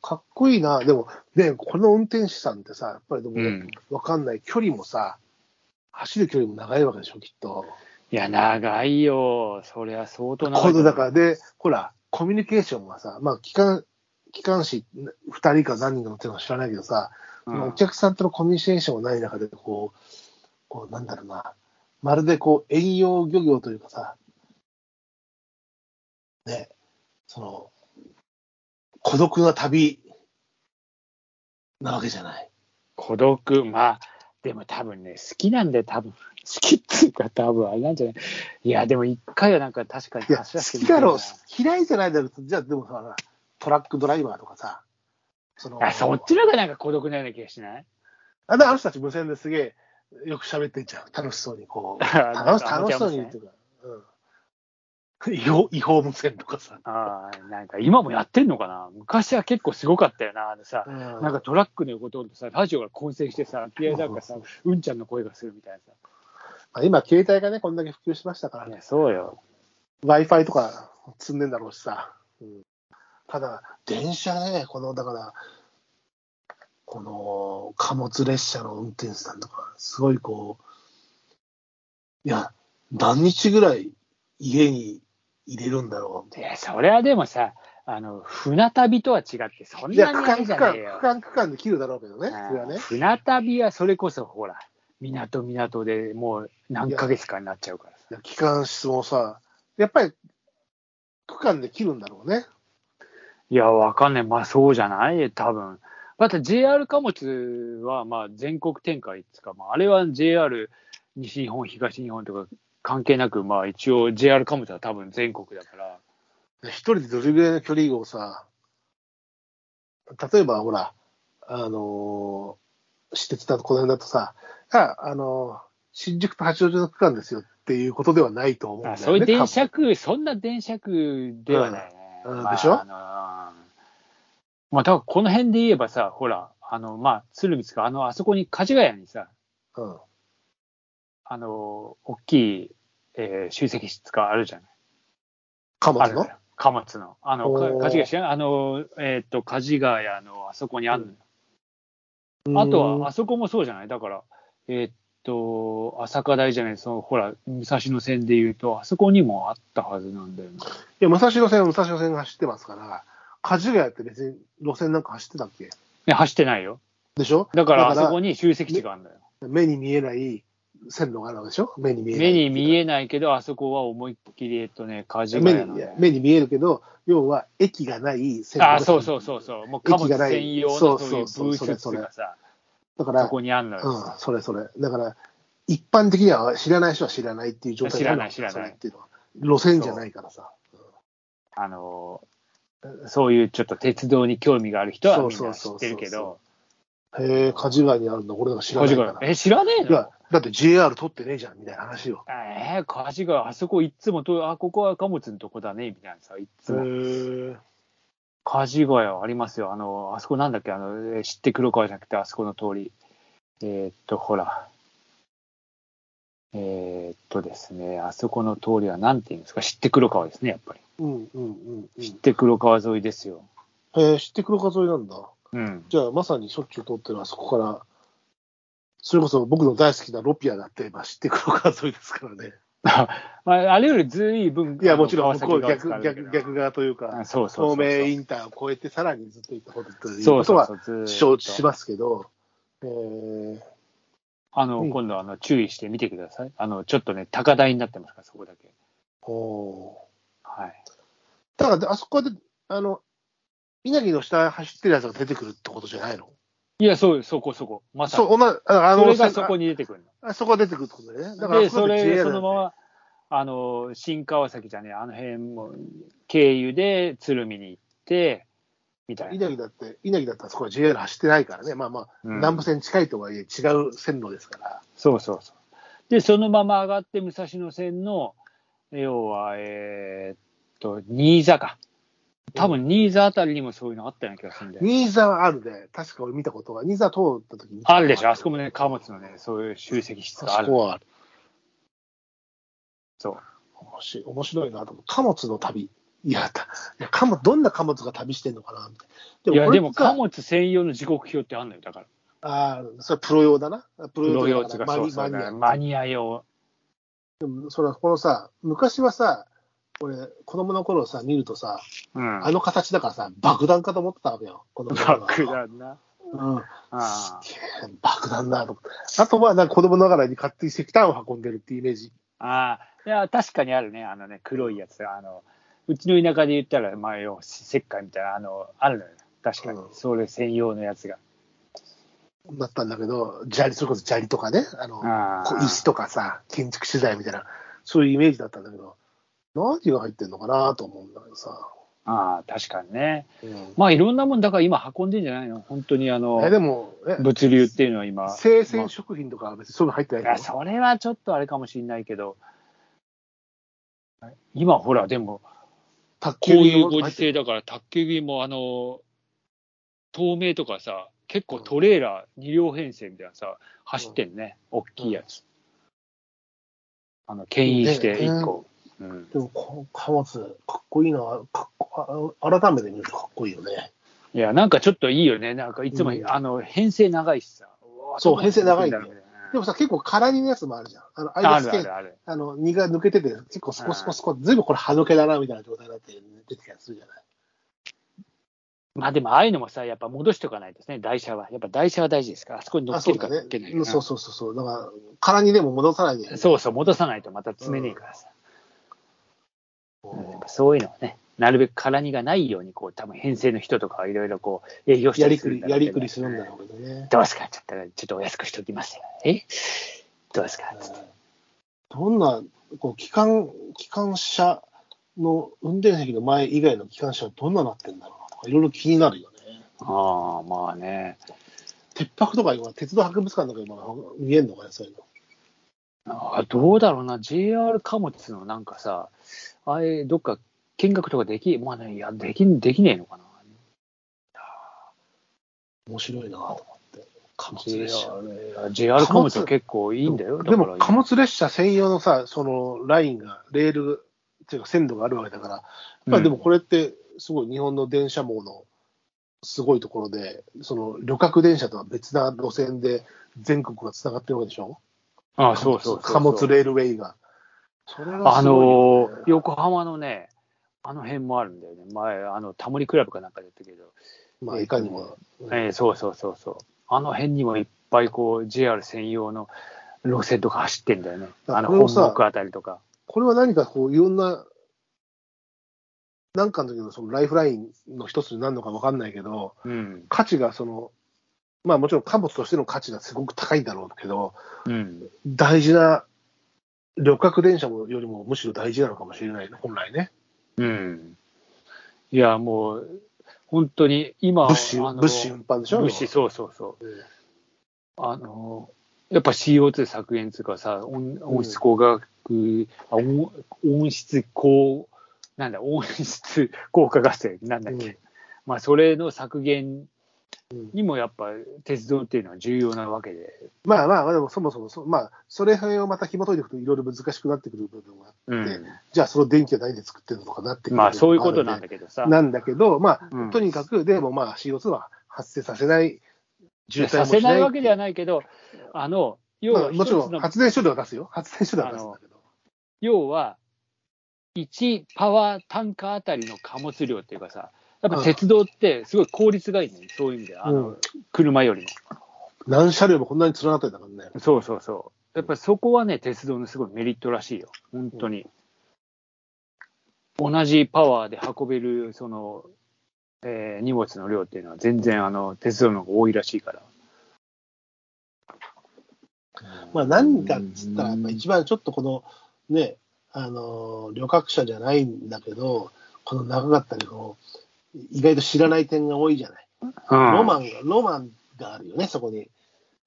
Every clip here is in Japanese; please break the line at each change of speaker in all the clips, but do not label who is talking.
こいいな。でも、ね、この運転手さんってさ、やっぱりでも、
うん。
わかんない。距離もさ、走る距離も長いわけでしょ、きっと。
いや、長いよ。そりゃ相当長い。
今度だから、で、ほら、コミュニケーションはさ、まあ、機関、機関士2人か何人かの手の知らないけどさ、
うん、
お客さんとのコミュニケーションがない中で、こう、こう、なんだろうな、まるでこう、遠洋漁業というかさ、ね、その、孤独な旅なわけじゃない。
孤独、まあ、でも多分ね、好きなんで、多分好きっていうか、多分あれなんじゃない。いや、でも一回はなんか確かに
いや、
走らせ
好
てみ
き
たい
だ
な
ろう、嫌いじゃないだろう、じゃあ、でもさ、トラックドライバーとかさ、その
あ、そっちの方がなんか孤独なような気がしない
あだからあの人たち無線ですげえよく喋ってんじゃん。楽しそうにこう。
あなん
楽し
か
楽しそうに言うっていうか。 うん、違法違法無線とかさ。
ああ、なんか今もやってんのかな昔は結構すごかったよな、あのさ。
うん、
なんかトラックの横通るとさ、ラジオが混戦してさ、ピアなん かさ、うんちゃんの声がするみたいな
まあ今、携帯がね、こんだけ普及しましたから
さ。い
ね。
や、そうよ。
Wi-Fi とか積んでんだろうしさ。うん、ただ、電車ね、この、だから、この貨物列車の運転手さんとか、すごいこう、いや、何日ぐらい家に入れるんだろうみたい
い
な。
や、それはでもさ、あの、船旅とは違って、そん
いや、
な
区
に
間
あれ
区
じゃ
間、
ねえ
区
よ。
間区間で切るだろうけどね、
ああ
それはね。
船旅はそれこそほら、港港でもう何ヶ月かになっちゃうからさ。
いや機関室もさ、やっぱり区間で切るんだろうね。
いや、わかんない。まあそうじゃない多分。また JR 貨物はまあ全国展開っていうか、まあ、あれは JR 西日本、東日本とか関係なく、まあ一応 JR 貨物は多分全国だから。
一人でどれぐらいの距離をさ、例えばほら、あのー、私鉄だとこの辺だとさ、あ、あのー新宿と八王子の区間ですよっていうことではないと思うんだよ
あ
ね。
そういう電車
多分
区、そんな電車区ではないね。
うんうん
まあ
でしょ
あのうんまあ、多分この辺で言えばさ、ほら、あの、まあ、鶴見つか、あの、あそこに、梶ヶ谷にさ、
うん。
あの、大きい、えー集積室があるじゃない。
貨物
あるの
の
よ貨物の。あの、か
おー
梶ヶ谷知らないあの、えっ、と、梶ヶ谷のあそこにあるのよ、あとは、あ、そこもそうじゃないだから、えっ、と、朝霞台じゃない、その、ほら、武蔵野線で言うと、あそこにもあったはずなんだよね。
いや、武蔵野線は武蔵野線が走ってますから、梶ヶ谷って別に路線なんか走ってたっけ
ね走ってないよ。
でしょ
だから、あそこに集積地があるんだよ。
目に見えない線路があるわけでしょ目に見えない。
目に見えないけど、あそこは思いっきり、えっとね、梶ヶ
目
谷
に
の
い
ね、
や目に見えるけど、要は駅がない線路
あ、そうそうそうそう。もう貨物
駅がない
専用の
そ
そうう
そう
いうブ
そう
ース
それそ
室
れ
がさ、
だから、
そこにあるのよ。
うん、それそれ。だから、一般的には知らない人は知らないっていう状態にる
知らない知らない
それっていうのは。路線じゃないからさ。
あのーそういうちょっと鉄道に興味がある人は
そう
みん
そう
な
そう
知
そう
ってるけど、
へえ、梶ヶ谷にあるんだ、俺なんか知らない
梶
か
ヶ
ら。
谷、え、知らねえ
いや
の、
だって JR 取ってねえじゃん、みたいな話よ。
えー、梶ヶ谷、あそこいっつもと、あ、ここは貨物のとこだね、みたいなさ、いっつも。
え。
梶ヶ谷ありますよ。あの、あそこなんだっけ、あの、えー知って黒川じゃなくて、あそこの通り。えーっと、ほら。えーっとですね、あそこの通りは何て言うんですか、知って黒川ですね、やっぱり。
うんうんうんうん。
知って黒川沿いですよ。
へえ、知って黒川沿いなんだ。
うん。
じゃあ、まさにしょっちゅう通ってるあそこから、それこそ僕の大好きなロピアだって、まあ、知って黒川沿いですから ね。
まあ、あれよりずいぶん、
いや、もちろ
あ
ん、
の
向こう
川崎
逆
側からだけど
逆逆側というか、
あそうそ
東
うそうそう。
名インターを越えて、さらにずっと行ったことという
そ
こ
うそ
と
う
は
そう、ずーっと
承知しますけど、えー
あの、
うん
今度、あの、注意してみてください。あの、ちょっとね、高台になってますから、そこだけ。
お
はい。
ーだからで、あそこで、あの、稲城の下走ってるやつが出てくるってことじゃないの
いや、そう、そこそこ。まさ
そ
に。
う、おなああ
そ
の
れがそこ
に
に出てくる
あそこが出てくるってことだよね。だから
の。で、
あこ
そ
で
れ、
JR
そのまま、あの、新川崎じゃねえ、あの辺も、経由で鶴見に行って、みたいな。
稲城だって、稲城だってあそこは JR 走ってないからね、まあまあ、
うん
南部線近いとはいえ違う線路ですから。
そうそうそう。で、そのまま上がって、武蔵野線の、要は、えーっと、新座か。多分、新座あたりにもそういうのあったような気がするんだよね
新座はあるで、確か俺見たことが、新座通った時に見たことが
あるでしょ、あそこもね、貨物のね、そういう集積室が
あそ
ある
こ。はある
そう
面白い面白いなと思う。貨物の旅。いや、たいや貨物どんな貨物が旅してんのかなみたいな。
いや、
俺
で
も
も
さ
貨物専用の時刻表ってあんのよ、だから。
ああ、それプロ用だな。プ
プロ
ロ用
用
だ
と
から
か、そうそ
マ
う
ニ
だか
マ
ら
ニア。
マニア用。
でもそのこのさ、昔はさ、俺、子供の頃さ、見るとさ、
うん。
あの形だからさ、爆弾かと思ってたわけよ、子供の頃は
爆。弾な。
うん、
あ
爆弾だと思って。あとは、なんか子供ながらに勝手に石炭を運んでるっていうイメージ。
あー。いや、確かにあるね、あのね、黒いやつ。あの、うちの田舎で言ったら、まあ、よ、石灰みたいな、あの、あるのよ。確かに
う。ん
それ専用のやつが。
だったんだけど、砂利、それこそ砂利とかね、あの、
あ
こう石
あ。
とかさ、建築資材みたいな、そういうイメージだったんだけど、何が入ってんのかなと思うんだけどさ。
ああ、確かにね。
うん
まあ、いろんなもんだから今運んでんじゃないの本当に、あの
え、でも、え
物流っていうのは今。
生鮮食品とかは別にそういうの入ってないい
や、
の
それはちょっとあれかもしれないけど、今ほら、でも、
卓
こう
球に
いうご
入
時
って
世だから、宅急便も、あの、透明とかさ、結構トレーラー、2両編成みたいなさ、走ってんね、大きいやつ。あの、牽引して
ね
1個。うん。
でも、こ貨物、かっこいいな、かっこあ改めて見るとかっこいいよね。
いや、なんかちょっといいよね。なんかいつも、
うん
あの、編成長いしさ。わ
そう編成長いん
ど
だ
こ
よ
まで行くんだろうみたいな
でもさ、結構空にのやつもあるじゃん。あの、
あ
アイス
る
ケ
あ
ー
るある。
あの、身が抜けてて、結構スコスコスコ、ずいぶんこれ歯抜けだな、みたいな状態になって出てきたりするじゃない。
まあでも、ああいうのもさ、やっぱ戻しとかないとですね、台車は。やっぱ台車は大事ですから、あそこに乗
あ、
って
そう
るか
だ
乗
ね
ってない。
うん
か。
そうそうそうそう。だから、空にでも戻さないで。
そうそう、戻さないとまた詰めねえからさ。
うん
やっぱそういうのをね、なるべく空煮がないように、こう、多分編成の人とかいろいろこう、営業した
や
り
り
す
く
るん
り
だ、ろ
や
うけ
りく
ど
りするんだろうけどね。
どうですかちょっと、ちょっとお安くしておきますよ。えどうですかつって
どんな、こう、機関、機関車の運転席の前以外の機関車はどんななってんだろうなとか、いろいろ気になるよね。
ああ、まあね。
鉄泊とか今、鉄道博物館とか今、見えんのかね、そういうの。
あーどうだろうな、JR 貨物のなんかさ、あれ、どっか見学とかでき、まあね、いや、でき、できねえのかな。
面白いなと思って。貨物列車。
JR, JR 貨物は結構いいんだよ。
で
だから
も、
今
貨物列車専用のさ、そのラインが、レール、っていうか線路があるわけだから、まあでもこれって、すごい日本の電車網のすごいところで、その旅客電車とは別な路線で全国がつながってるわけでしょ
ああ、そうそうそうそう。
貨物レールウェイが。それが
あ
すごい
の
よね
ー横浜のね、あの辺もあるんだよね。前、あの、タモリクラブかなんかでやったけど、
まあ、いかにも。
えーそうそうそうそう。あの辺にもいっぱいこう、JR 専用の路線とか走ってんだよね。
だから
あの、
これを
本
さ
国あたりとか。
これは何かこう、いろんな、なんかの時のそのライフラインの一つになるのかわかんないけど、
うん。
価値がその、まあもちろん貨物としての価値がすごく高いんだろうけど、
うん。
大事な、旅客電車もよりもむしろ大事なのかもしれないね、本来ね。
うん。いや、もう、本当に今、
物資、
あの
物資運搬でしょ
物資、そうそうそう。
うん
あのやっぱ CO2 削減というかさ温温室効果学、あ温温室効なんだ温室効果ガスなんだっけ、
うん
まあそれの削減
うん
にもやっぱ鉄道っていうのは重要なわけで、
まあまあ、でもそもそもそ、まあ、それ辺をまた紐解いていくといろいろ難しくなってくる部分があって、じゃあその電気は何で作ってるのかなってくる
まあそういうことなんだけどさ、
なんだけど、まあ、
うん
とにかく、でもまあ CO2 は発生させない、渋滞
さ
もしな
せ
い。
ないわけでは
ない。
ないけどあの要
まあ、
は
も
一
ち
つ
ろん
の
発電所では出すよ。発電所では出すんだけど。
要は、1パワー単価あたりの貨物量っていうかさ、やっぱ鉄道ってすごい効率がいいね、そういう意味では、あの
うん
車よりも。
何車両もこんなに連なってたからね。
そうそうそう。やっぱそこはね、鉄道のすごいメリットらしいよ、本当に。同じパワーで運べる、その、えー荷物の量っていうのは全然あの鉄道の方が多いらしいから。
まあ何かっつったら、やっぱ一番ちょっとこの、ね、あのー、旅客車じゃないんだけど、この長かったり、この、意外と知らない点が多いじゃない。
うん
ロマンが、ロマンがあるよね、そこに。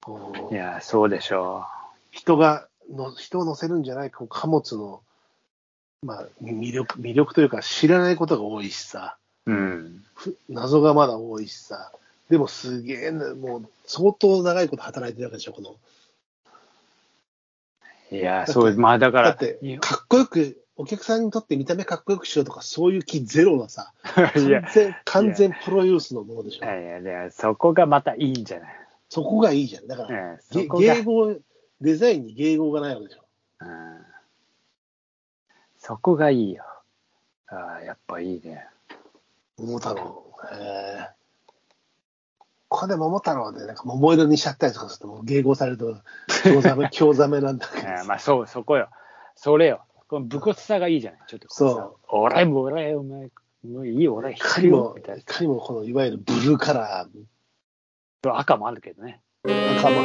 こう
いや、そうでしょ
人がの、人を乗せるんじゃない、こう貨物の、まあ、魅力、魅力というか、知らないことが多いしさ、
う。うん。
ふ謎がまだ多いしさ、でもすげえな、もう相当長いこと働いてるわけでしょ、この。
いや、そう、まあだか
だ
ら
っ、て
日、本
かっこよくお客さんにとって見た目かっこよくしようとか、そういう気ゼロなさ、
いや
完全、完全プロユースのものでし
い
ょ。
やいや、そこがまたいいんじゃない、
そこがいいじゃん。だから、
うんそ
げ
こが、
迎合、デザインに迎合がないわけでしょ。
うん、そこがいいよ。ああ、やっぱいいね。
桃太郎。えーこれで桃太郎で、なんか桃色にしちゃったりとかすると、もう迎合されると、興ざ め、興ざめなんだけど
ああまあ、そう、そこよ。それよ。この武骨さがいいじゃないちょっとこうさ
そう。
俺も俺、お前、もういいよ、俺、
いか
光
に
る
も
よ、みたい
いかにもこの、いわゆるブルーカラー、
な。赤もあるけどね。
仲間